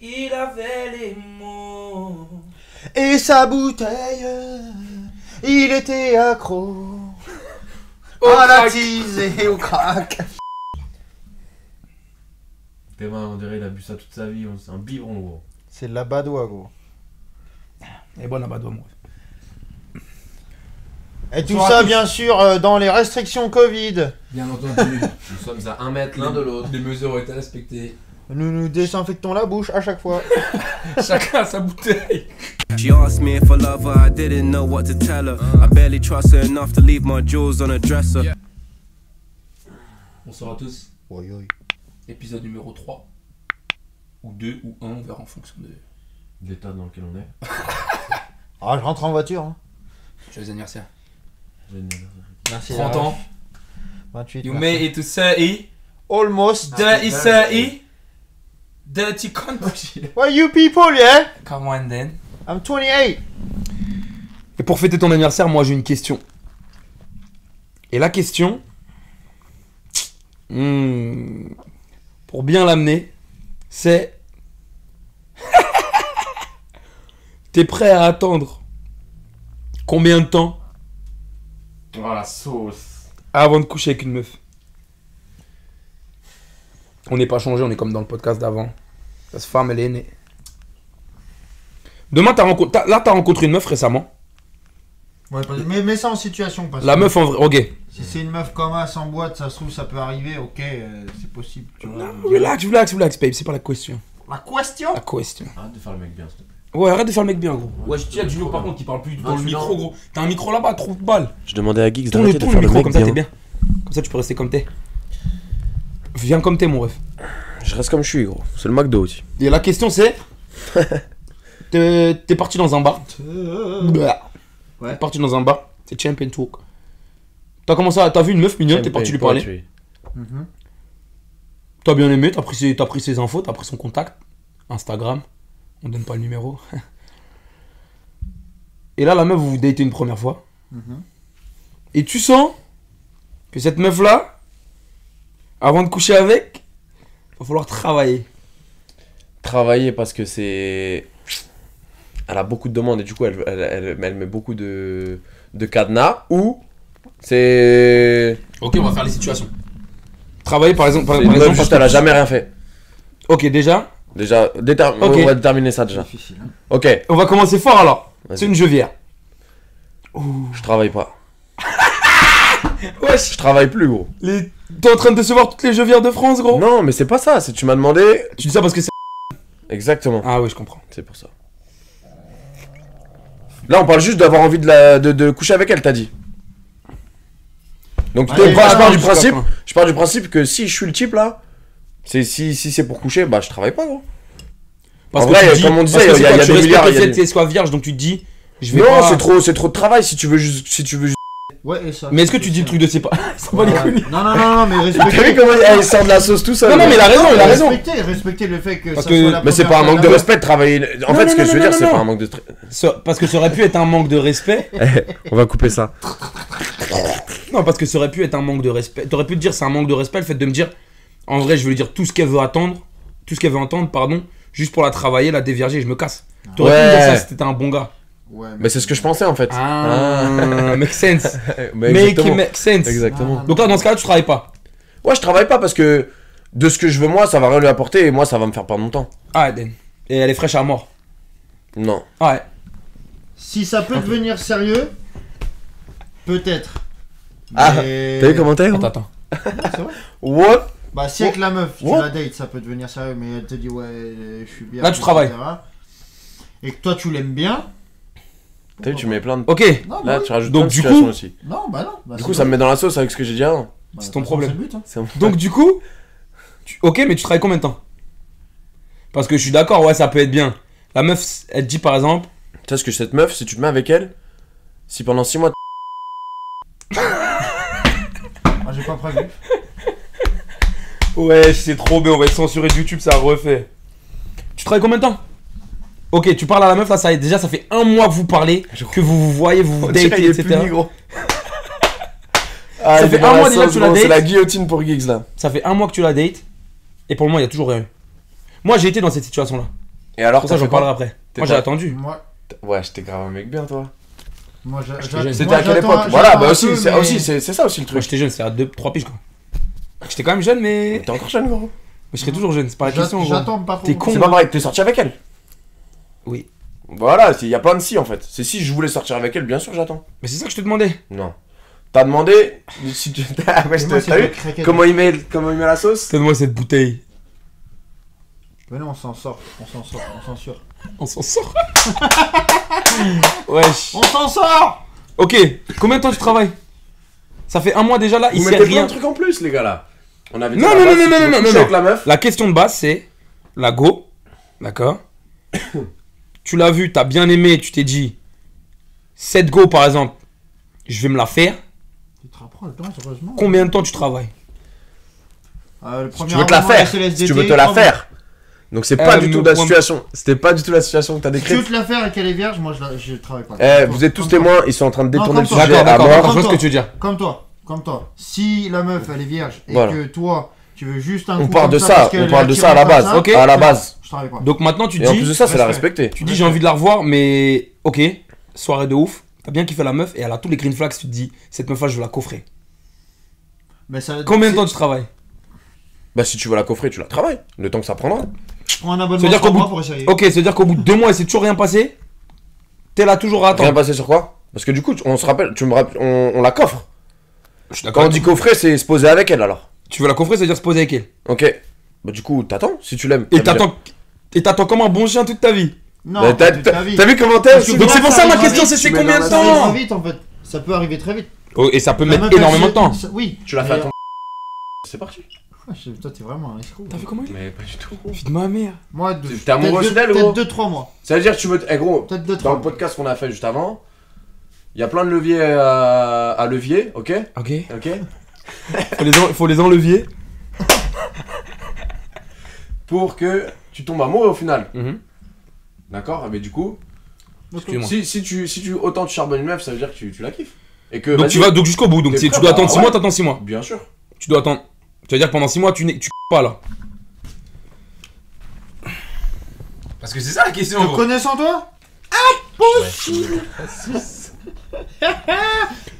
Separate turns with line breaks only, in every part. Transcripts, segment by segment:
Il avait les mots.
Et sa bouteille, il était accro.
Au
à la
crack.
tease et au crack.
Pémin, on dirait, il a bu ça toute sa vie. on- C'est un biberon, gros.
C'est de la badoie, gros.
Et bon, là-bas, doigt, moi.
Et tout
Bonsoir à
ça,
tous.
bien sûr, euh, dans les restrictions Covid.
Bien entendu.
Nous sommes à un mètre l'un de l'autre. Les mesures ont été respectées.
Nous nous désinfectons la bouche à chaque fois.
Chacun sa bouteille.
She asked me if I love her, I didn't know what to tell her. I barely trust her enough to leave my jewels on a dresser.
Bonsoir à tous.
Oi, oi.
Épisode numéro 3. Ou 2 ou 1, on verra en fonction de.
L'état dans lequel on est.
Ah, je rentre en voiture. Hein.
Joyeux anniversaire.
Génial.
Merci.
30
la-
ans.
28.
You
merci.
may it to say
Almost.
the
c'est
is
dingue.
a dirty country.
Why you people, yeah?
Come on then.
I'm 28.
Et pour fêter ton anniversaire, moi j'ai une question. Et la question. hmm, pour bien l'amener, c'est. T'es prêt à attendre combien de temps
Oh la sauce.
avant de coucher avec une meuf On n'est pas changé, on est comme dans le podcast d'avant. La femme, elle est née. Demain, t'as rencontré, t'as- là, t'as rencontré une meuf récemment.
mais mets ça en situation. Parce
La
que
meuf en vrai. Ok.
Si c'est une meuf comme as en boîte, ça se trouve, ça peut arriver. Ok, euh, c'est possible. Tu vois.
Relax, relax, relax, babe. C'est pas la question.
La question.
La question.
Arrête de faire le mec bien, s'il te plaît.
Ouais, arrête de faire le mec bien, gros.
Ouais, je tiens à Juno, par contre,
qui parle plus
dans le micro,
gros. T'as un micro là-bas, trouve balle.
Je demandais à Geeks
Tourne,
d'arrêter de
tourne
faire
le
le
micro,
mec
comme ça,
bien.
t'es bien. Comme ça, tu peux rester comme t'es. Viens comme t'es, mon ref.
Je reste comme je suis, gros. C'est le McDo aussi.
Et la question, c'est. T'es t'es parti dans un bar. Bah.
Ouais.
T'es parti dans un bar. C'est Champion Tour. T'as commencé à. T'as vu une meuf mignonne, t'es parti lui parler.
Mhm.
T'as bien aimé, t'as pris, ses, t'as pris ses infos, t'as pris son contact. Instagram. On donne pas le numéro. Et là, la meuf, vous vous datez une première fois.
Mhm.
Et tu sens que cette meuf-là, avant de coucher avec, va falloir travailler.
Travailler parce que c'est. Elle a beaucoup de demandes et du coup, elle, elle, elle- elle met beaucoup de, de cadenas ou. C'est.
Ok, on va faire les situations. Travailler, par exemple. Par,
c'est
par
une meuf,
exemple
juste,
parce
elle a
que-
jamais rien fait.
Ok, déjà,
Déjà, déter-
Ok.
on va déterminer ça déjà.
Difficile. hein.
Ok,
on va commencer fort alors.
Vas-y.
C'est une gevière.
je travaille pas.
Wesh,
Je travaille plus, gros.
les- t'es en train de décevoir toutes les gevières de France, gros.
Non, mais c'est pas ça. C'est tu m'as demandé.
Tu dis ça parce que c'est.
Exactement.
Ah ouais, je comprends.
C'est pour ça. Là, on parle juste d'avoir envie de, la, de, de coucher avec elle, t'as dit. Donc, tu
Ouais,
te- je, pars
non,
du
jusqu'à
principe,
quand
je pars du principe que si je suis le type là, c'est si, si c'est pour coucher, bah je travaille pas, gros. En vrai,
tu
comme on disait,
parce
il
que
y a- il y
c'est
a
quoi, tu
des
respectes
milliards,
le
il y a
fait
des-
qu'elle soit vierge, donc tu te dis, je vais
Non,
pas-
c'est trop, c'est trop de travail si tu veux juste. Si tu veux juste...
Ouais, et ça.
Mais est-ce que tu dis le truc de c'est pas. Ça va les
Ouais.
couilles.
Non, non, non, non, mais
Ah, T'as vu
respecter.
comment elle sort de la sauce tout seul
Non, non,
gros.
mais il a raison, il a raison.
Respecter, respecter le fait que.
Parce
ça
que-
soit la
Mais c'est pas
première
un manque de
fois
respect de travailler. En
Non,
fait,
non,
ce que
non,
je veux
non,
dire,
non,
c'est
non.
pas un manque de. tra-
Ça- Parce que ça aurait pu être un manque de respect.
On va couper ça.
Non, parce que ça aurait pu être un manque de respect. T'aurais pu te dire c'est un manque de respect le fait de me dire en vrai je veux lui dire tout ce qu'elle veut attendre, tout ce qu'elle veut entendre, pardon, juste pour la travailler, la dévierger, je me casse. T'aurais pu me dire
Ouais.
ça si t'étais un bon gars.
Ouais, mais.
Mais c'est ce que je pensais en fait.
Ah, make sense.
Mais
Make it
exactement.
make sense.
Exactement.
Donc là dans ce cas-là tu travailles pas.
Ouais, je travaille pas parce que de ce que je veux moi, ça va rien lui apporter et moi, ça va me faire perdre mon temps.
Ah Eden. Et elle est fraîche à mort. Ah
Non.
Ouais.
Si ça peut devenir sérieux, peut-être.
Ah,
Mais-
T'as vu comment t'es
Attends, attends.
What
Bah, si avec la meuf, tu
What
la dates, ça peut devenir sérieux, mais elle te dit, ouais, euh, je suis bien.
Là, tu
etc.
travailles.
Et que toi, tu l'aimes bien.
T'as vu, tu mets plein de.
Ok.
Non, bah,
Là,
oui.
tu rajoutes
Donc,
plein de
du coup- Ah,
situations aussi.
non, bah non. Bah,
Du
c'est
coup, ça
bon.
me met dans la sauce avec ce que j'ai dit avant.
Bah,
c'est
de
ton
toute façon,
problème.
c'est le but, hein.
C'est bon.
Donc du coup, tu- ok, mais tu travailles combien de temps Parce que je suis d'accord, ouais, ça peut être bien. La meuf, elle te dit par exemple,
Tu sais ce que cette meuf, si tu te mets avec elle, si pendant 6 mois. t-
Ah, j'ai pas prévu.
ouais, c'est trop bien, on va être censuré de YouTube, ça refait. Tu travailles combien de temps Ok, tu parles à la meuf, là, ça y est, déjà, ça fait un mois que vous parlez, que vous vous voyez, vous vous
On dirait,
datez,
il est
etc.
puni, gros. Ah,
Ça
il
fait
est dans
un
la
mois déjà
sauce,
que tu la
gros, C'est
dates.
la guillotine pour Geeks là.
Ça fait un mois que tu la dates, et pour le moment, il y a toujours rien eu. Moi, j'ai été dans cette situation-là.
Et alors,
Pour ça,
t'as
j'en
fait quoi
parlerai après.
T'es
Moi,
pas-
j'ai attendu.
Moi,
Ouais, j'étais grave un mec bien, toi.
moi, j'a-
Parce que
j'a-
j'ai-
moi,
C'était à quelle
j'attends- hein,
époque Voilà,
j'attends
bah
un
aussi,
peu,
c'est
mais-
aussi, c'est c'est ça aussi le
Moi,
truc.
j'étais jeune, c'était à 3 piges, quoi. J'étais quand même jeune, mais.
T'es encore jeune, gros.
Mais je serais toujours jeune, c'est pas la
J'a-
question, gros.
J'attends pas trop.
T'es con.
C'est pas pareil, t'es sorti avec elle
Oui.
Voilà, il y a plein de si en fait. C'est si je voulais sortir avec elle, bien sûr, j'attends.
Mais c'est ça que je te demandais.
Non. T'as demandé si tu. Ah ouais,
Et
je
moi,
t'ai-
c'est
T'as
le
vu
craquette.
comment il, met, comment il met la sauce
Donne-moi cette bouteille.
Mais non, on s'en sort, on s'en sort, on s'en sort.
On s'en sort. Wesh.
On s'en sort
Ok, combien de temps tu travailles Ça fait un mois déjà là, il
Vous
s'est
mettez plein
rien.
de trucs en plus, les gars là. On avait dit
Non,
à la
non,
base,
non,
si
non,
tu
non,
veux
non,
coucher
non.
avec la meuf.
La question de base, c'est la go. D'accord Tu l'as vu, t'as bien aimé, tu t'es dit cette go par exemple, je vais me la faire.
Tu te rapproches, non, heureusement.
Combien de temps tu travailles
Euh, le
Si
premier
tu veux te la
rendement,
faire,
SLSDT,
si tu veux te la
premier-
faire. Donc c'est pas
Euh,
du
mais
tout
au
la
point-
situation. C'était pas du tout la situation que t'as
Si tu veux
décrite.
te la faire et qu'elle est vierge, moi je, la- je travaille pas.
Eh,
Comme
vous
toi.
êtes tous
Comme
témoins, ils sont en train de détourner
Non,
le
comme ça.
sujet à
d'accord, d'accord,
mort.
je vois ce que tu veux dire.
toi. Comme toi, comme toi. Si la meuf elle est vierge et
Voilà.
que toi tu veux juste un
On
coup
parle
comme
de
parce
ça,
qu'elle
on parle de
est
ça à la
attirée par
base.
ça,
Ok.
À la base.
Je travaille pas.
Donc maintenant tu
Et en plus de
dis,
ça, c'est la
respect.
respecter.
tu dis j'ai envie de la revoir, mais ok, soirée de ouf, t'as bien kiffé la meuf et elle a tous les green flags, tu te dis cette meuf là je veux la coffrer.
Mais ça,
Combien de
c'est-
temps tu travailles
Bah si tu veux la coffrer, tu la travailles. Le temps que ça prendra.
Je prends un
Ça veut
abonnement
dire qu'au
sur
bout-
moi pour essayer.
Ok, ça veut dire qu'au bout de deux mois, il s'est toujours rien passé. T'es là toujours à
Rien
attendre.
passé sur quoi Parce que du coup, tu- on se rappelle, tu me rappelles, on, on la coffre.
Je suis
Quand
d'accord.
on dit coffrer, c'est se poser avec elle alors.
Tu veux la coffrer, ça veut dire se poser avec elle.
Ok. Bah du coup, t'attends si tu l'aimes.
Et
T'as
t'attends. Et t'attends comme un bon chien toute ta vie.
Non,
bien- Bah, T'as
toute ta
t'as-
vie.
t'as vu comment t'es
Parce que
Donc
moi,
c'est pour
ça
ça ma
arrive
question,
vite,
c'est c'est
tu mets
combien
dans
de
la
Ça arrive
temps
très vite en fait. Ça peut arriver très vite.
Oh, et ça peut
La meuf,
mettre
elle
énormément
se-
de temps.
ça- Oui.
Tu l'as fait à ton.
Mais-
C'est parti.
Wesh, Toi t'es vraiment un escroc.
T'as vu comment il est
Mais pas du tout.
Fille de ma mère.
Moi, deux-
T'es amoureux
peut-être deux-
d'elle, gros
Peut-être 2-3 mois.
Ça veut dire que tu veux. Eh gros,
Peut-être 2-3
dans le podcast qu'on a fait juste avant, il y a plein de leviers à, à levier, ok
Ok.
Ok
Faut les, en- faut les enlevier.
Pour que tu tombes amoureux au final.
Mhm.
D'accord Ah, Mais du coup,
Excuse-moi.
si, si, tu, si tu autant tu charbonnes une meuf, ça veut dire que tu, tu la kiffes. Et que.
Donc
vas-y,
tu vas donc jusqu'au bout. Donc
T'es
si tu
prêt
dois
à-
attendre 6
ouais.
mois, t'attends 6 mois.
Bien sûr.
Tu dois attendre. Tu vas dire que pendant 6 mois, tu n'es tu pas là. Parce que c'est ça la question.
Te connaissant toi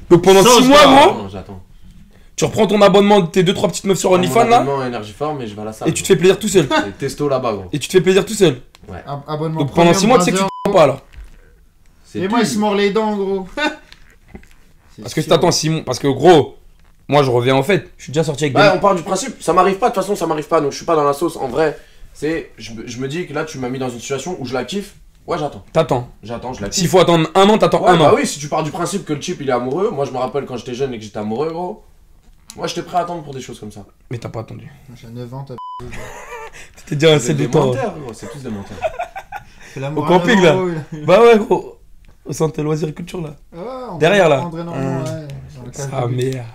Donc pendant
Sauce,
6 mois,
toi.
gros,
Non, j'attends.
tu reprends ton abonnement de tes 2-3 petites meufs sur OnlyFans là.
Non, énergiforme et je vais à la salle.
Et tu te fais plaisir tout seul.
Et testo là-bas, gros.
Et tu te fais plaisir tout seul.
Ab- Abonnement
Donc pendant 6
premium,
mois, tu sais que tu
brother.
te pas alors.
C'est
Et moi, il
nul.
se mord les dents, gros.
Parce que si t'attends Simon, parce que gros, moi je reviens en fait, Bah, je suis déjà sorti avec des.
Ouais, on part du principe, ça m'arrive pas, de toute façon, ça m'arrive pas, donc je suis pas dans la sauce. En vrai, c'est. Je, me- je me dis que là, tu m'as mis dans une situation où je la kiffe. Ouais, j'attends.
T'attends.
J'attends, je la kiffe.
S'il faut attendre un an, t'attends
Ouais,
un
bah
an.
oui, si tu pars du principe que le chip il est amoureux, moi je me rappelle quand j'étais jeune et que j'étais amoureux, gros. Moi j'étais prêt à attendre pour des choses comme ça.
Mais t'as pas attendu.
J'ai 9 ans, t'as
T'étais déjà
Vous
assez
êtes des
de temps. Ah,
menteurs, gros, c'est tous des menteurs.
fait l'amour. à
Au camping,
neuf
là.
ans, oui.
Bah ouais gros. Au centre loisirs et culture là.
Ouais, Ah, on
Derrière, là.
André Normand,
Hum.
ouais, dans le cadre
Ah
du-
merde.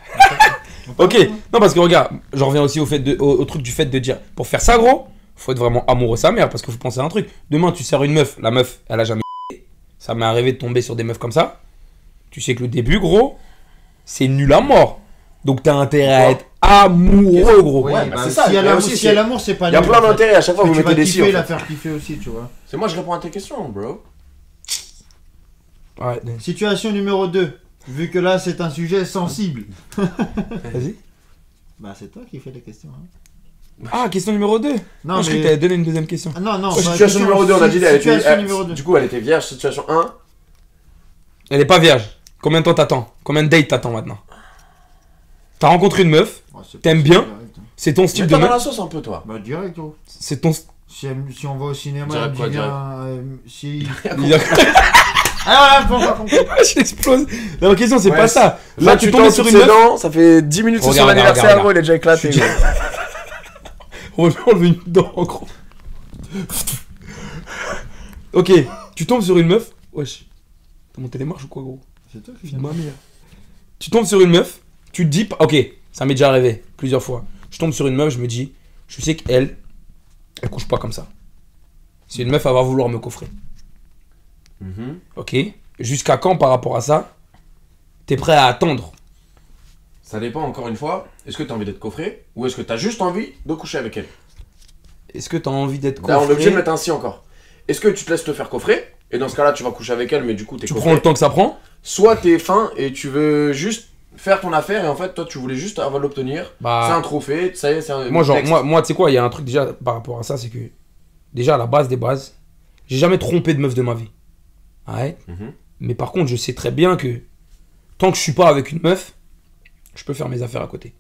ok, non parce que regarde, j'en reviens aussi au, fait de, au, au truc du fait de dire, pour faire ça gros, faut être vraiment amoureux de sa mère parce que faut penser à un truc. Demain tu sers une meuf, la meuf elle a jamais ça m'est arrivé de tomber sur des meufs comme ça. Tu sais que le début gros, c'est nul à mort. Donc t'as intérêt à être amoureux gros.
Oui,
Ouais,
bah,
bah, c'est ça,
Si
mais
elle a
aussi,
si
c'est-
elle a l'amour, c'est pas
Il y a
nul,
plein
en fait.
d'intérêts à chaque fois
Parce
vous
que Tu
mettez
vas
des si.
kiffer
en fait.
et la faire kiffer aussi, tu vois.
C'est moi je réponds à tes questions, bro.
Ouais,
Situation numéro 2. Vu que là, c'est un sujet sensible.
vas-y.
Bah, c'est toi qui fais les questions. hein.
Ah, question numéro 2
Non,
je croyais que Oh,
mais.
t'avais donné une deuxième question.
Ah, Non, non, bah,
Situation numéro 2, on a dit elle était.
Situation
elle-
numéro 2.
Du coup elle était vierge, situation 1.
Elle est pas vierge. Combien de temps t'attends Combien de dates t'attends maintenant T'as rencontré une meuf,
Oh,
T'aimes bien c'est ton
Tu
style
es
de
dans
meuf.
la sauce un peu toi.
Bah, direct, gros.
C'est ton. st-
Si, elle- si on va au cinéma,
Direct
elle me
quoi,
dit bien. euh, si.
Il a-
Ah, là, faut pas compris.
Je l'explose. La question c'est
Ouais,
pas ça. Là,
Là
tu
tu
tombes
tombes
sur
sur
une meuf.
dents, ça fait 10 minutes c'est son
Regarde, regarde,
anniversaire,
regarde.
gros, il est déjà éclaté.
Je suis-
gros.
On lui enlever une dent en gros. ok, tu tombes sur une meuf. Wesh. T'as monté les marches ou quoi gros
C'est toi qui
Fille de
viens.
ma mère. Tu tombes sur une meuf, tu te dis. p- Ok, ça m'est déjà arrivé plusieurs fois. Je tombe sur une meuf, je me dis, je sais qu'elle, elle couche pas comme ça. C'est une meuf, elle va vouloir me coffrer.
Mhm.
Ok. Jusqu'à quand par rapport à ça T'es prêt à attendre
Ça dépend encore une fois, est-ce que t'as envie d'être coffré ou est-ce que t'as juste envie de coucher avec elle
Est-ce que t'as envie d'être
Là, Bah, on est obligé
coffré
de mettre un si encore.
Est-ce que tu te laisses te faire coffrer Et dans ce cas-là, tu vas coucher avec elle, mais du coup, t'es
Tu
coffré.
prends le temps que ça prend
Soit t'es fin et tu veux juste faire ton affaire, et en fait, toi, tu voulais juste avant l'obtenir. C'est
Bah,
un trophée, ça y est, c'est un.
moi, genre,
texte.
moi, moi tu sais quoi, il y a un truc déjà par rapport à ça, c'est que déjà à la base des bases, j'ai jamais trompé de meuf de ma vie. Ouais.
Mhm.
Mais par contre, je sais très bien que tant que je suis pas avec une meuf, je peux faire mes affaires à côté.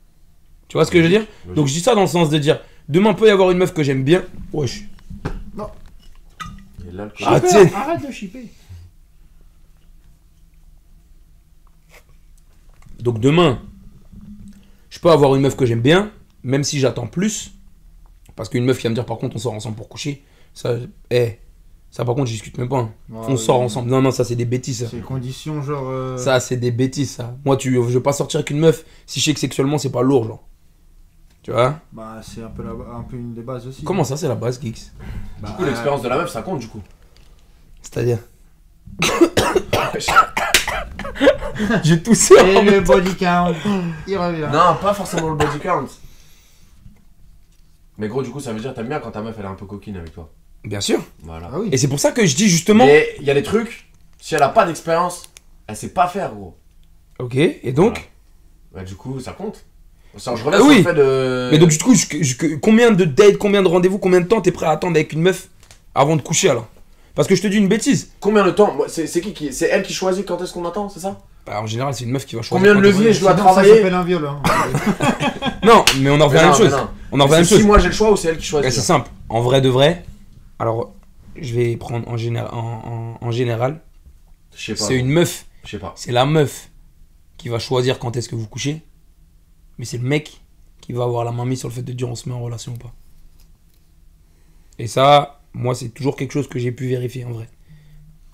Tu vois ce que je veux dire Donc je dis ça dans le sens de dire demain peut y avoir une meuf que j'aime bien. Ouais, je suis.
Et l'alcool.
Ah,
Chipper,
tiens.
arrête de chipper.
Donc demain, je peux avoir une meuf que j'aime bien, même si j'attends plus. Parce qu'une meuf qui va me dire par contre on sort ensemble pour coucher, ça, eh, ça par contre je discute même pas. hein.
Ah
On sort ensemble. Non, non, ça c'est des bêtises. ça.
Bah, euh, C'est conditions genre. euh,
Ça, c'est des bêtises, ça. Moi, tu, je veux pas sortir avec une meuf si je sais que sexuellement, c'est pas lourd, genre. Tu vois
Bah, c'est un peu, la- un peu une des bases aussi.
Comment ça, c'est la base, Geeks
Bah,
Du coup, l'expérience de la meuf, ça compte, du coup.
C'est-à-dire J'ai toussé
Et
en
le
même temps.
body count, il revient.
Non, pas forcément le body count. Mais gros, du coup, ça veut dire t'aimes bien quand ta meuf elle est un peu coquine avec toi.
Bien sûr.
Voilà.
Ah oui.
Et c'est pour ça que je dis justement.
Mais il y a des trucs, si elle a pas d'expérience, elle sait pas faire, gros.
Ok, et donc
Bah, du coup, ça compte. Ça, je reviens
Ah
sur
oui.
le fait de.
Mais donc, du coup, je- je- combien de dates, combien de rendez-vous, combien de temps t'es prêt à attendre avec une meuf avant de coucher alors Parce que je te dis une bêtise.
Combien de temps moi, C'est c'est qui, qui C'est elle qui choisit quand est-ce qu'on attend, c'est ça
Bah, en général, c'est une meuf qui va choisir.
Combien de
quand elle-
leviers je dois
Sinon, Ça
travailler
s'appelle un viol. hein.
Non, mais on en revient
Mais
à la
non,
même
mais
chose.
non.
On en revient à la
C'est
même chose.
Si moi j'ai le choix ou c'est elle qui
Ouais,
choisit
c'est simple. En vrai de vrai, alors je vais prendre en, général en, en- en général,
Je sais pas.
c'est une meuf,
Je sais pas.
c'est la meuf qui va choisir quand est-ce que vous couchez, mais c'est le mec qui va avoir la main mise sur le fait de dire on se met en relation ou pas. Et ça, moi, c'est toujours quelque chose que j'ai pu vérifier en vrai.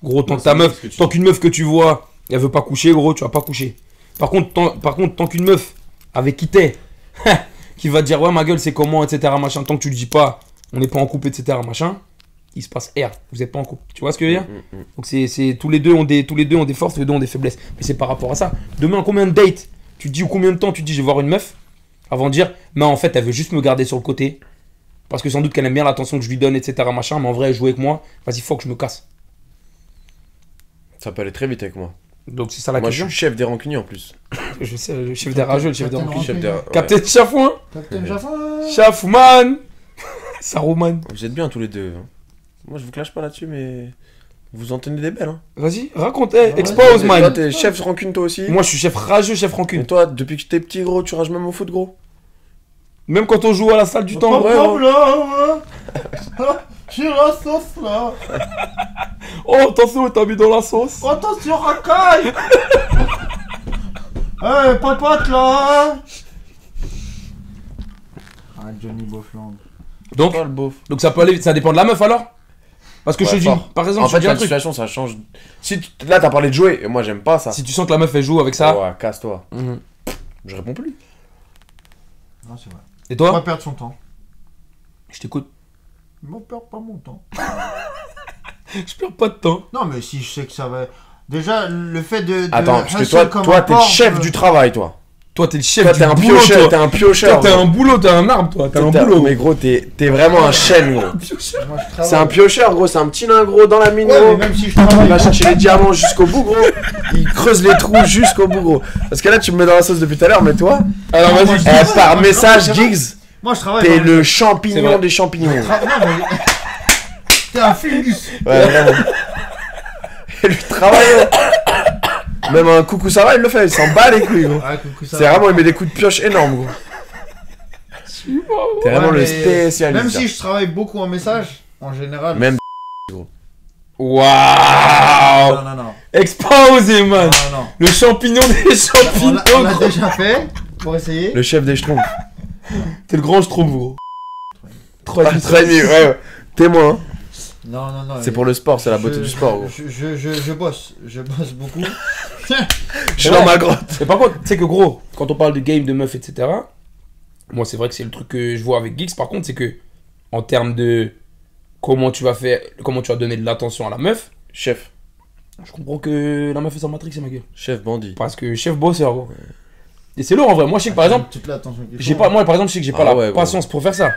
Gros, tant
Non,
que ta
c'est
meuf,
ce que tu
tant
dis.
qu'une meuf que tu vois, elle veut pas coucher, gros, tu vas pas coucher. Par contre, tant, par contre, tant qu'une meuf avec qui t'es, qui va te dire ouais ma gueule c'est comment, etc. Machin, tant que tu le dis pas, on n'est pas en couple, etc. Machin, il se passe R. Vous n'êtes pas en couple. Tu vois ce que je veux dire
Mm,
Donc c'est, c'est- tous les deux ont des tous les deux ont des forces, tous les deux ont des faiblesses. Mais c'est par rapport à ça. Demain, combien de dates tu te dis ou combien de temps tu te dis je vais voir une meuf avant de dire non en fait elle veut juste me garder sur le côté parce que sans doute qu'elle aime bien l'attention que je lui donne, etc. Machin, mais en vrai elle joue avec moi. Vas-y, faut que je me casse.
Ça peut aller très vite avec moi.
Donc c'est ça la
moi, je
question.
suis chef des rancuniers en plus.
Je... sais, le chef des rageux, le chef des
Captain
enculés.
Chef des... ouais.
Captain Chafouin
Captain Jaffin
Chafouman Saruman
Vous êtes bien tous les deux. hein. Moi, je vous clash pas là-dessus, mais vous en tenez des belles. Hein.
Vas-y, raconte, eh,
Ouais,
expose
Et Toi,
man
t'es chef rancune, toi aussi.
Moi je suis chef rageux, chef
Et
rancune.
toi, depuis que t'es petit, gros, tu rages même au foot, gros.
Même quand on joue à la salle du temps,
Hop,
ouais,
hop,
ouais.
là, ouais. Je suis la sauce là.
oh attention, t'as mis dans la sauce.
Attention, racaille Hey, papote là Ah, Johnny Beaufland.
Donc,
Pas le beauf.
donc ça peut aller, ça dépend de la meuf alors Parce que je te
Ouais,
dis,
fort.
par exemple,
En
je te
fait,
dis un
la
truc.
situation, ça change. Si tu- Là, t'as parlé de jouer, et moi, j'aime pas ça.
Si tu sens que la meuf elle joue avec ça,
Ouais, casse-toi.
mhm.
Je réponds plus.
Non, c'est
Hein
vrai.
et
On va
toi
perdre son temps.
Je t'écoute.
Ne perds pas mon temps.
Je perds pas de temps.
Non, mais si je sais que ça va. Déjà, le fait de. de
Attends, parce que
hustle
toi,
comme
toi
un
t'es
porc,
chef
euh,
du travail, toi.
Toi t'es le chef
Toi,
du
t'es un
boulot,
piocheur, t'es
toi.
un
Toi,
piocheur.
t'es
gros.
un boulot, t'es un arbre, toi, t'es un
T'es un-
boulot.
Mais gros, t'es t'es vraiment un chêne, gros.
Moi, je travaille.
C'est un piocheur, gros, c'est un petit nain, gros, dans la mine,
Ouais, mais
gros.
même si je
Il
travaille.
va chercher les diamants jusqu'au bout, gros. Il creuse les trous jusqu'au bout, gros. Parce que là, tu me mets dans la sauce depuis tout à l'heure, mais toi,
Alors
Non, moi,
vas-y,
je-
eh, par
non,
message,
c'est vrai.
Giggs,
Moi, je travaille.
t'es
dans
le
C'est
champignon
vrai.
des champignons.
tra- non, mais- T'es un fungus.
Ouais, vraiment. Et le travail, gros. Même un coucou, ça va, il le fait, il s'en bat les couilles, gros.
Ah, coucou, ça
C'est
va.
vraiment, il met des coups de pioche énormes, gros. T'es vraiment
Ouais,
le
mais euh,
spécialiste.
Même si je travaille beaucoup en message, en général.
Même
Waouh
Non, non, non.
Exposé man
Non, non.
Le champignon des
On l'a- on
champignons
l'a
gros.
déjà fait pour essayer.
le chef des schtroumpfs.
T'es le grand trouve gros.
Ah, très mieux, ouais. ouais. Témoin. hein.
Non, non, non.
C'est pour le sport, c'est la beauté
Je-
du sport, gros.
Je, je, je, je bosse, je bosse beaucoup.
Je suis dans ma grotte.
Mais par contre, tu sais que gros, quand on parle de game, de meuf, etc., moi c'est vrai que c'est le truc que je vois avec Geeks, par contre, c'est que en termes de comment tu vas faire, comment tu vas donner de l'attention à la meuf,
Chef.
je comprends que la meuf est sans matrix, c'est ma gueule.
Chef bandit.
Parce que chef bosseur, gros. Et c'est lourd en vrai. Moi, je sais que par exemple,
Toute l'attention qu'ils
j'ai
font.
pas, moi, par exemple, je sais que j'ai pas
Ah
la
ouais, gros.
patience pour faire ça.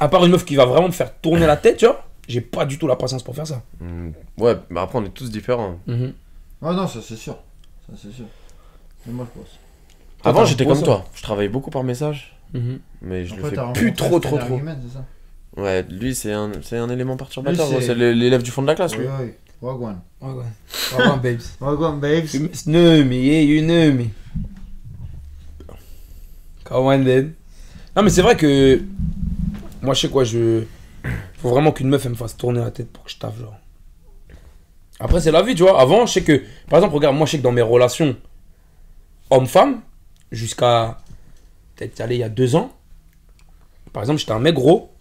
à part une meuf qui va vraiment me faire tourner la tête, tu vois, j'ai pas du tout la patience pour faire ça.
Mm, Ouais, mais après, on est tous différents.
Mm-hmm,
Ouais, non, ça c'est sûr. Ça c'est sûr. C'est moi je pense.
Avant,
t'as
j'étais
un
comme
gros
toi. Je travaillais beaucoup par message,
Mhm.
mais je
Après,
le
t'as
fais
rencontré
plus trop,
Stan
trop, trop.
Argument, c'est ça
Ouais, lui, c'est un, c'est un élément perturbateur.
Lui,
gros.
c'est-
C'est le- l'élève du fond de la classe,
Oui,
lui.
oui. Wagwan.
Ouais, ouais. Vraiment, babes.
Wagwan, babes.
You must know me, yeah, you know me. Come on, then. Non, mais c'est vrai que. Moi, je sais quoi, je. Faut vraiment qu'une meuf, elle me fasse tourner la tête pour que je taffe, genre. Après, c'est la vie, tu vois. Avant, je sais que. Par exemple, regarde, moi, je sais que dans mes relations homme-femme, jusqu'à. Peut-être, allez, il y a deux ans. Par exemple, j'étais un mec gros.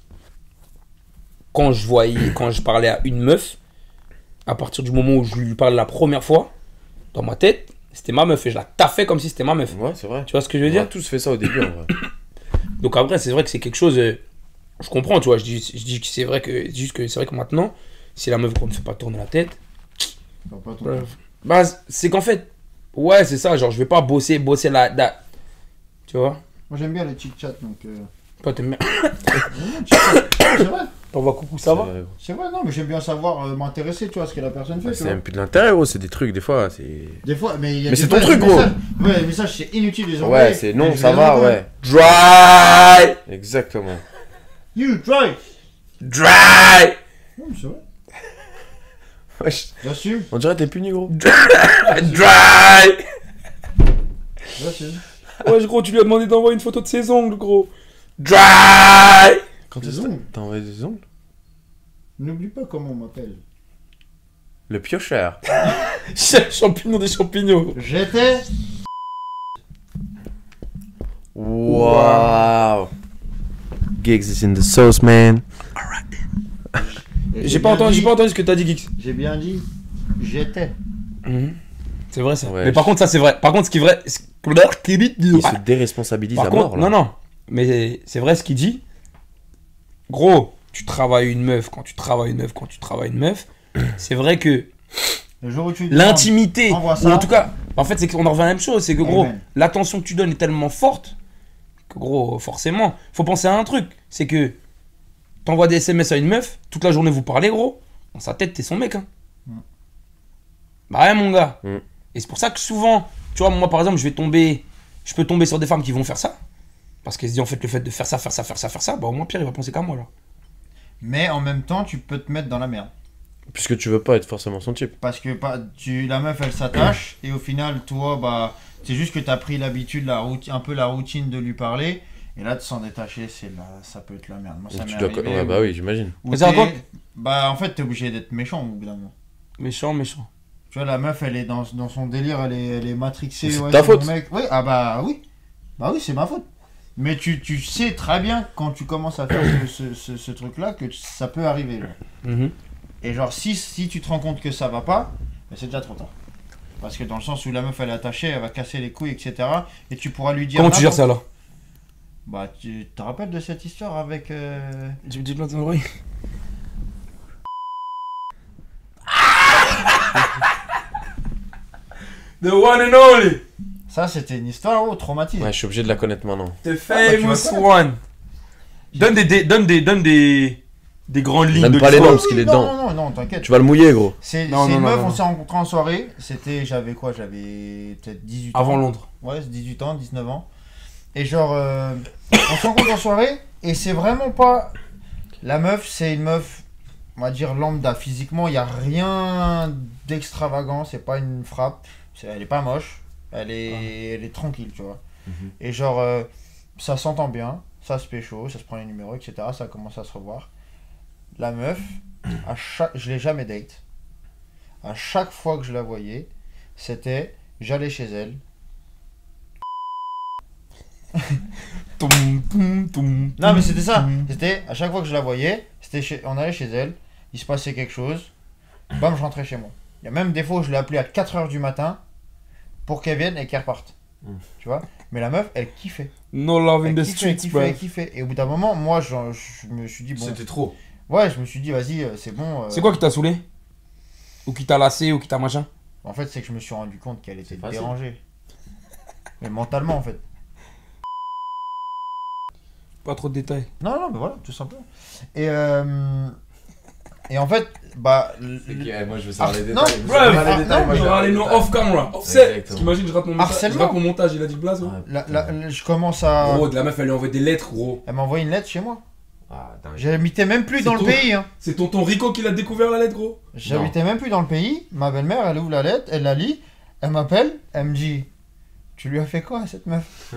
Quand je voyais. Quand je parlais à une meuf, à partir du moment où je lui parle la première fois, dans ma tête, c'était ma meuf et je la taffais comme si c'était ma meuf.
Ouais, c'est vrai.
Tu vois ce que je veux
On a
dire
tous fait ça au début, en vrai.
Donc après, c'est vrai que c'est quelque chose. euh, je comprends, tu vois. Je dis, je dis que c'est vrai que c'est juste que c'est vrai que maintenant, si la meuf qu'on me fait pas tourner la tête,
Faut pas tomber.
euh, bah c'est qu'en fait, ouais, c'est ça. Genre, je vais pas bosser, bosser la, la- tu vois.
Moi j'aime bien le chit chat donc. euh,
Toi, t'aimes bien.
C'est vrai,
T'envoies coucou, ça va
C'est-
c'est vrai, non, mais j'aime bien savoir euh, m'intéresser, tu vois, à ce que la personne fait.
bah,
tu
C'est
vois.
même plus de l'intérêt, gros. C'est des trucs, des fois. c'est...
Des fois, mais il y a
Mais
des
c'est
fois,
ton
il y a
truc,
des
gros.
messages- Ouais, les messages c'est inutile les envoyer.
Ouais, c'est
Mais
non,
je
ça
les
va,
envoie.
ouais.
Dry,
Exactement.
You try
dry.
Hum, C'est vrai,
Wesh,
j'assume,
On dirait que t'es puni, gros.
Dry
j'assume.
Ouais, gros, tu lui as demandé d'envoyer une photo de ses ongles, gros. Dry
Quand
Des
est-ce que
ongles.
t'as envoyé des ongles
N'oublie pas comment on m'appelle.
Le piocheur.
Champignon des champignons.
J'étais.
Waouh. Gigs is in the sauce, man.
J'ai pas entendu, j'ai
dit-
pas entendu ce que t'as dit, Geeks.
J'ai bien dit. J'étais.
Mhm. C'est vrai ça.
Ouais,
mais par
je-
contre ça c'est vrai. Par contre ce qui est vrai, ce-
Il se déresponsabilise
par
à
contre
mort, là.
non non. Mais c'est vrai ce qu'il dit. Gros, tu travailles une meuf quand tu travailles une meuf quand tu travailles une meuf. C'est vrai que
Le jour où tu.
l'intimité,
Envoie
ou
ça.
en tout cas, en fait c'est qu'on en revient à la même chose, c'est que gros,
Amen.
l'attention que tu donnes est tellement forte que gros, forcément, faut penser à un truc, c'est que t'envoies des SMS à une meuf, toute la journée vous parlez gros, dans sa tête t'es son mec hein.
Mm.
Bah ouais mon gars.
Mm.
Et c'est pour ça que souvent, tu vois, moi par exemple, je vais tomber, je peux tomber sur des femmes qui vont faire ça. Parce qu'elles se disent en fait le fait de faire ça, faire ça, faire ça, faire ça, bah au moins Pierre il va penser qu'à moi là.
Mais en même temps, tu peux te mettre dans la merde.
Puisque tu veux pas être forcément son type.
Parce que pas, tu, la meuf, elle s'attache. et au final, toi, bah, c'est juste que t'as pris l'habitude, la route, un peu la routine de lui parler. Et là, de s'en détacher, c'est la, ça peut être la merde. Moi, ça
Donc tu
m'est
dois...
arrivé. hein.
Ouais, bah oui, j'imagine.
où
Mais ça
t'es-
raconte-
Bah, en fait, t'es obligé d'être méchant au bout d'un moment.
Méchant, méchant.
Tu vois, la meuf, elle est dans, dans son délire, elle est, elle est matrixée.
Mais c'est
ouais,
ta
mon
faute.
Mec. Oui, ah bah oui. Bah oui, c'est ma faute. Mais tu, tu sais très bien quand tu commences à faire ce, ce- ce- ce truc-là que tu- ça peut arriver. genre.
Mhm.
Et genre, si, si tu te rends compte que ça va pas, bah, c'est déjà trop tard. Parce que dans le sens où la meuf elle est attachée, elle va casser les couilles, etc. Et tu pourras lui dire.
Comment tu gères
n'importe-
ça là
Bah, tu te rappelles de cette histoire avec. euh,
Tu me dis de l'autre bruit
The one and only,
Ah,
Ça, c'était une histoire oh, traumatisée.
Ouais, je suis obligé de la connaître maintenant.
the
Ah,
bah, tu
famous
vois ça.
one.
Donne des, des- donne des, donne des, des grandes lignes
Donne
de
pas les
l'histoire.
noms parce qu'il est
non,
dedans.
non, non, non, t'inquiète.
Tu vas le mouiller, gros.
C'est c'est
Non, non,
une
non,
meuf,
non.
on s'est rencontrés en soirée. C'était, j'avais quoi J'avais peut-être 18
Avant
ans.
Londres.
Ouais, 18 ans, 19 ans. Et genre, euh, on se rencontre en soirée et c'est vraiment pas. La meuf, c'est une meuf, on va dire lambda. Physiquement, il n'y a rien d'extravagant, c'est pas une frappe. C'est- Elle est pas moche, elle est, elle est tranquille, tu vois.
Mhm.
Et genre, euh, ça s'entend bien, ça se pécho, ça se prend les numéros, etc. Ça commence à se revoir. La meuf, à chaque... je l'ai jamais date. À chaque fois que je la voyais, c'était j'allais chez elle,
Toum, toum, toum.
Non, mais c'était ça.
Mhm.
C'était à chaque fois que je la voyais, c'était chez- on allait chez elle, il se passait quelque chose, bam, je rentrais chez moi. Il y a même des fois où je l'ai appelée à 4h du matin pour qu'elle vienne et qu'elle reparte.
Mhm.
Tu vois Mais la meuf, elle kiffait.
No love in
Elle
the
kiffait, elle
streets,
kiffait,
bro.
elle kiffait. Et au bout d'un moment, moi, je, je me suis dit, bon.
C'était trop.
Ouais, je me suis dit, vas-y, euh, c'est bon. euh,
C'est quoi qui t'a saoulé Ou qui t'a lassé ou qui t'a machin
En fait, c'est que je me suis rendu compte qu'elle était
C'est facile.
dérangée. Mais mentalement, en fait.
Pas trop de détails.
Non, non, mais voilà, tout simplement. Et, euh, Et en fait, bah. l-
C'est qui Eh, Moi, je veux savoir
Ah,
les
non,
détails. vous
bref,
savez pas les
ah,
détails,
non,
moi,
Il
je
y
veux
aura
les
les noms
détails.
off-cam, là. Offset.
Exactement.
Parce qu'imagine, je rate mon montage. Je
Harcèlement.
rate mon montage, il a dit blaze. gros.
Ah,
la- la- la- je commence à.
Gros, de la meuf, elle lui envoie des lettres, gros.
Elle m'a envoyé une lettre chez moi.
Ah, dingue.
J'habitais même plus
C'est
dans le
tout.
pays. hein.
C'est tonton Rico qui l'a découvert, la lettre, gros.
J'habitais même plus dans le pays. Ma belle-mère, elle ouvre la lettre, elle la lit, elle m'appelle, elle me dit Tu lui as fait quoi à cette meuf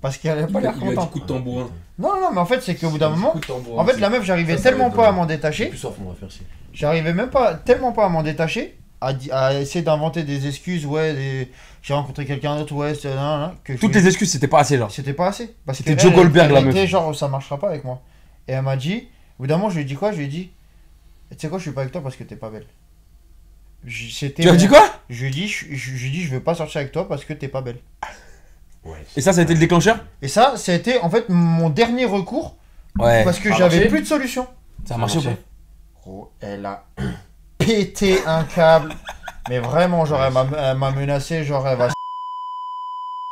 Parce qu'elle a
Il
pas
lui a
l'air
dit
contente.
coup de hein. tambourin.
Non, non, mais en fait, c'est qu'au bout d'un moment. En
En
fait, la meuf, j'arrivais
Ça, ça
tellement
va être
pas à
drôle.
m'en détacher.
plus soft, on va faire ci.
J'arrivais même pas, tellement pas à m'en détacher. À, di- à essayer d'inventer des excuses, ouais, des- j'ai rencontré quelqu'un d'autre, ouais, c'est. nan, nan, que je-
Toutes les excuses, c'était pas assez, genre.
C'était pas assez. Parce
C'était
que
Joe
elle,
Goldberg,
elle
la meuf.
était genre, ça marchera pas avec moi. Et elle m'a dit, au bout d'un moment, je lui ai dit quoi Je lui ai dit, tu sais quoi, je suis pas avec toi parce que t'es pas belle. Je- C'était
Tu as
mon-
dit quoi
Je lui ai dit, je, je- je lui ai dit, je veux pas sortir avec toi parce que t'es pas belle.
Et ça, ça a été le déclencheur
Et ça, ça a été en fait mon dernier recours
Ouais.
parce que
Ça a
j'avais
marché
plus de solution.
Ça a marché ou pas
Gros, elle a pété un câble. Mais vraiment, genre, elle m'a- elle m'a menacé, genre, elle va. se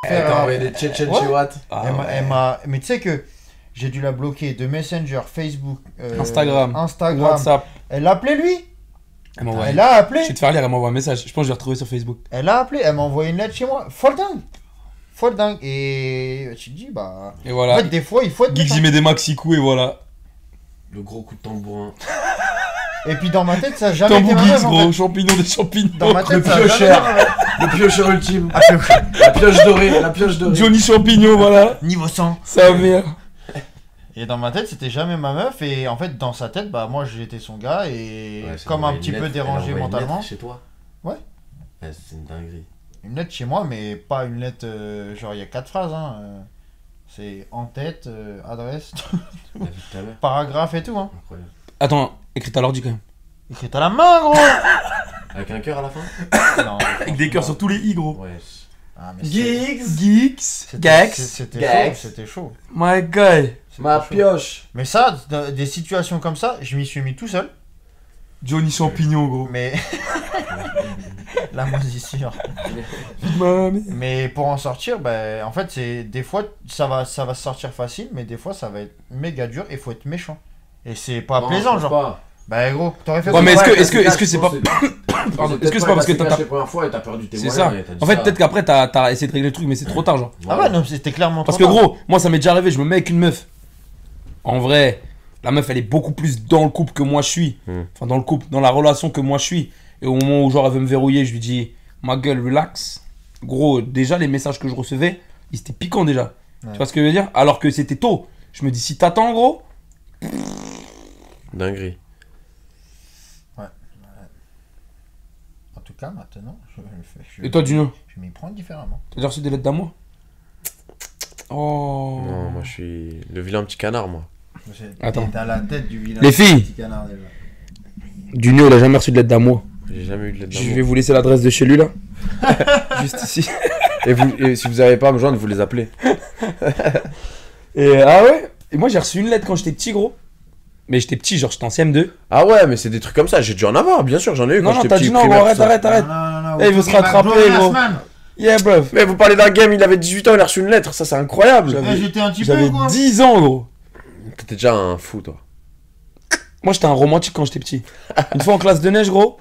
Elle
faire,
t'a
euh,
envoyé des tchétchènes
Ouais.
chihuahuas.
Ah,
elle m'a-
ouais.
elle m'a- Mais tu sais que j'ai dû la bloquer de Messenger, Facebook, euh,
Instagram.
Instagram.
WhatsApp.
Elle a appelé lui.
Elle m'a envoyé.
Elle a
Je
appelé.
vais te faire lire, elle m'envoie un message. Je pense que je l'ai retrouvé sur Facebook.
Elle a appelé. Elle m'a envoyé une lettre chez moi. Folle dingue. Folle dingue. Et tu te dis, bah.
Et
En
voilà.
fait, des fois, il faut être.
Giggs
méchant.
met des maxi coups et voilà.
Le gros coup de tambourin.
Et puis dans ma tête, ça a jamais été
Tambou
un
Giggs,
rêve. en fait.
gros. Oh, Champignons des champignons.
Dans ma tête,
Le
ça a jamais été
piocheur.
un rêve.
Le piocheur ultime.
Ah, pioche-
La pioche dorée. La pioche dorée.
Johnny Champignon, voilà.
Niveau 100.
Sa mère.
Et dans ma tête, c'était jamais ma meuf. Et en fait, dans sa tête, bah moi, j'étais son gars. Et
Ouais, c'est
comme un
envoyé
petit
une
peu
lettre, elle a
dérangé
envoyé une
mentalement,
lettre Chez toi
Ouais.
Ouais, c'est une dinguerie.
une lettre chez moi, mais pas une lettre. euh, genre, il y a quatre phrases. hein, euh, C'est en tête, euh, adresse,
La vie de ta mère.
paragraphe et tout. Hein.
Incroyable.
Attends, écris à l'ordi quand même.
Écrit à la main, gros.
Avec un cœur à la fin
Non,
Avec des cœurs sur tous les i, gros.
Ouais.
Ah, mais c'est-
Geeks. Geeks.
C'était- c'est-
Geeks.
C'était chaud,
Gags.
c'était chaud.
My guy.
c'était
Ma
chaud.
pioche.
Mais ça, d- des situations comme ça, je m'y suis mis tout seul.
Johnny Champignon, gros.
Mais. La moisissure.
Mamie.
Mais pour en sortir, ben en fait, c'est des fois, ça va, ça va sortir facile, mais des fois, ça va être méga dur et faut être méchant. Et c'est pas
Non,
plaisant,
je pense
genre.
pas.
Bah, gros, t'aurais fait
Ouais,
quoi
mais est-ce que-
Ouais,
est-ce que- est-ce que
je
c'est
pense
pas-
que
Pardon,
c'est
est-ce que c'est pas parce que t'as.
t'as
t'as-
la première fois et t'as perdu tes
C'est
moyens
ça.
et t'as dit
En fait,
ça.
peut-être qu'après, t'as t'as essayé de régler le truc, mais c'est trop tard, genre.
Ah ouais, non, c'était clairement
Parce que
trop tard.
gros, moi ça m'est déjà arrivé, je me mets avec une meuf. En vrai, la meuf elle est beaucoup plus dans le couple que moi je suis.
Hmm.
Enfin dans le couple, dans la relation que moi je suis. Et au moment où genre elle veut me verrouiller, je lui dis ma gueule relax. Gros, déjà les messages que je recevais, ils étaient piquants déjà.
Ouais.
Tu vois ce que je veux dire Alors que c'était tôt. Je me dis si t'attends gros,
Dinguerie.
En tout cas, maintenant, je, je- je-
et toi Duno,
je m'y prends différemment.
t'as déjà reçu des lettres d'amour Oh.
Non, moi je suis le vilain petit canard, moi.
Attends.
T'es à la tête du village.
Les filles.
Petit canard, déjà.
Duno, il a jamais reçu de lettre d'amour.
J'ai jamais eu de lettre
Je
d'amour.
vais vous laisser l'adresse de chez lui là. Juste ici.
Et, vous, et si vous avez pas à me joindre, vous les appelez.
Et euh, ah ouais Et moi j'ai reçu une lettre quand j'étais petit gros. Mais j'étais petit, genre j'étais en CM2.
Ah ouais, mais c'est des trucs comme ça. J'ai dû en avoir, bien sûr, j'en ai eu
Non,
quand
non,
j'étais
t'as
petit.
dit non, gros,
primaire,
arrête,
tout ça.
arrête, arête.
non, non,
Eh, il veut se rattraper, gros.
Eh,
Yeah, bro.
Mais vous parlez d'un game, il avait 18 ans, il a reçu une lettre. Ça, c'est incroyable. Ah,
J'avais-
J'étais un petit peu,
J'avais
quoi.
10 ans, gros.
T'étais déjà un fou, toi.
Moi j'étais un romantique quand j'étais petit. Une fois en classe de neige, gros,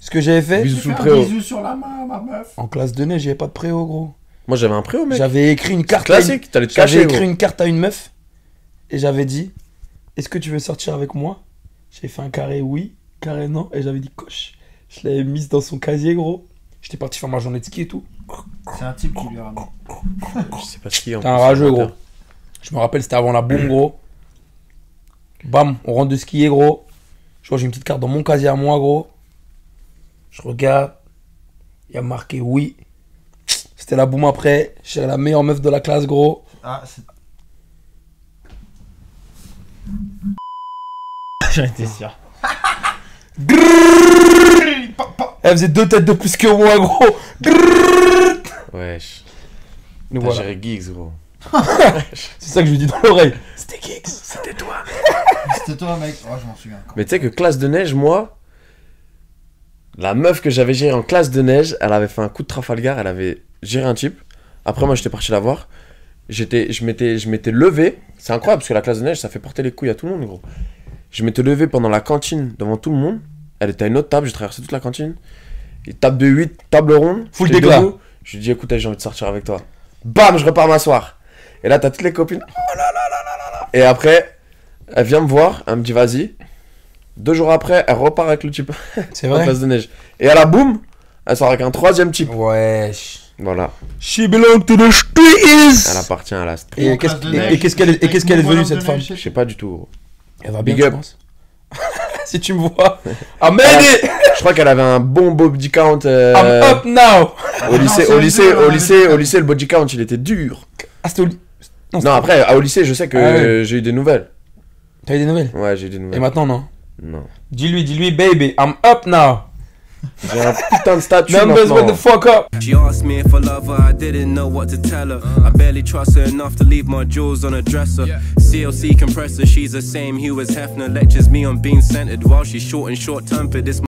ce que j'avais fait.
Bisous sous le préau.
sur la main, ma meuf.
En classe de neige, j'avais pas de préau, gros.
Moi, j'avais un préau, mec.
J'avais écrit une
C'est
carte. à une-
classique, t'allais te
J'avais
cacher,
écrit
gros.
une carte à une meuf et j'avais dit Est-ce que tu veux sortir avec moi J'ai fait un carré oui, carré non, et j'avais dit coche. Je l'avais mise dans son casier, gros. J'étais parti faire ma journée de ski et tout.
C'est un type qui lui a ramené.
Je sais pas ce qu'il y a. en
T'es un
plus,
rageux,
c'est
gros.
menteur.
Je me rappelle, c'était avant la boum, gros. Bam, on rentre de skier, gros. Je vois, j'ai une petite carte dans mon casier à moi, gros. Je regarde. Il y a marqué oui. C'était la boum après. J'étais la meilleure meuf de la classe, gros.
Ah, c'est. J'en étais sûr.
Elle faisait deux têtes de plus que moi, gros. Grrrr.
Wesh.
Nous
T'as
voilà.
géré Geeks, gros.
C'est ça que je lui dis dans l'oreille. C'était Kix, c'était toi.
C'était toi, mec. Oh, je m'en souviens encore.
Mais tu sais que classe de neige, moi, la meuf que j'avais gérée en classe de neige, elle avait fait un coup de Trafalgar, elle avait géré un type. Après, moi, j'étais parti la voir. J'étais, je m'étais, je m'étais levé. C'est incroyable parce que la classe de neige, ça fait porter les couilles à tout le monde, gros. Je m'étais levé pendant la cantine devant tout le monde. Elle était à une autre table, j'ai traversé toute la cantine. Et table de 8, table ronde.
Full
j'étais
déglas.
debout. Je lui dis écoute, j'ai envie de sortir avec toi. Bam, je repars m'asseoir. Et là, t'as toutes les copines. Oh là là là là là là. Et après, elle vient me voir, elle me dit vas-y. Deux jours après, elle repart avec le type
C'est
en
vrai
place de neige. Et à la boum, elle sort avec un troisième type.
Wesh.
Voilà,
She belong to the streets
elle appartient à la street.
Et qu'est-ce et- et qu'est-ce qu'elle est- et qu'est-ce qu'elle est devenue cette femme
Je sais pas du tout. gros.
Elle va
Big
je
up.
pense. Si tu me vois, I'm in it,
Je crois qu'elle avait un bon beau body count. euh,
I'm up now.
Ah,
au lycée, au lycée,
hein,
au lycée, au lycée, le body count, il était dur.
Ah, c'était au lit. Non,
Non, après, à- au lycée, je sais que
Ah ouais.
euh, j'ai eu des nouvelles.
T'as eu des nouvelles
Ouais, j'ai eu des
Et
nouvelles.
maintenant, non
Non.
Dis-lui, dis-lui, baby, I'm up now.
J'ai un putain de statut
Numbers, what the
maintenant.
fuck up
She asked me if I love her, I didn't know what to tell her. I barely trust her enough to leave my jewels on a dresser. CLC compressor, she's the same hue as Hefner. Lectures me on being centered while she's short and short tempered. It's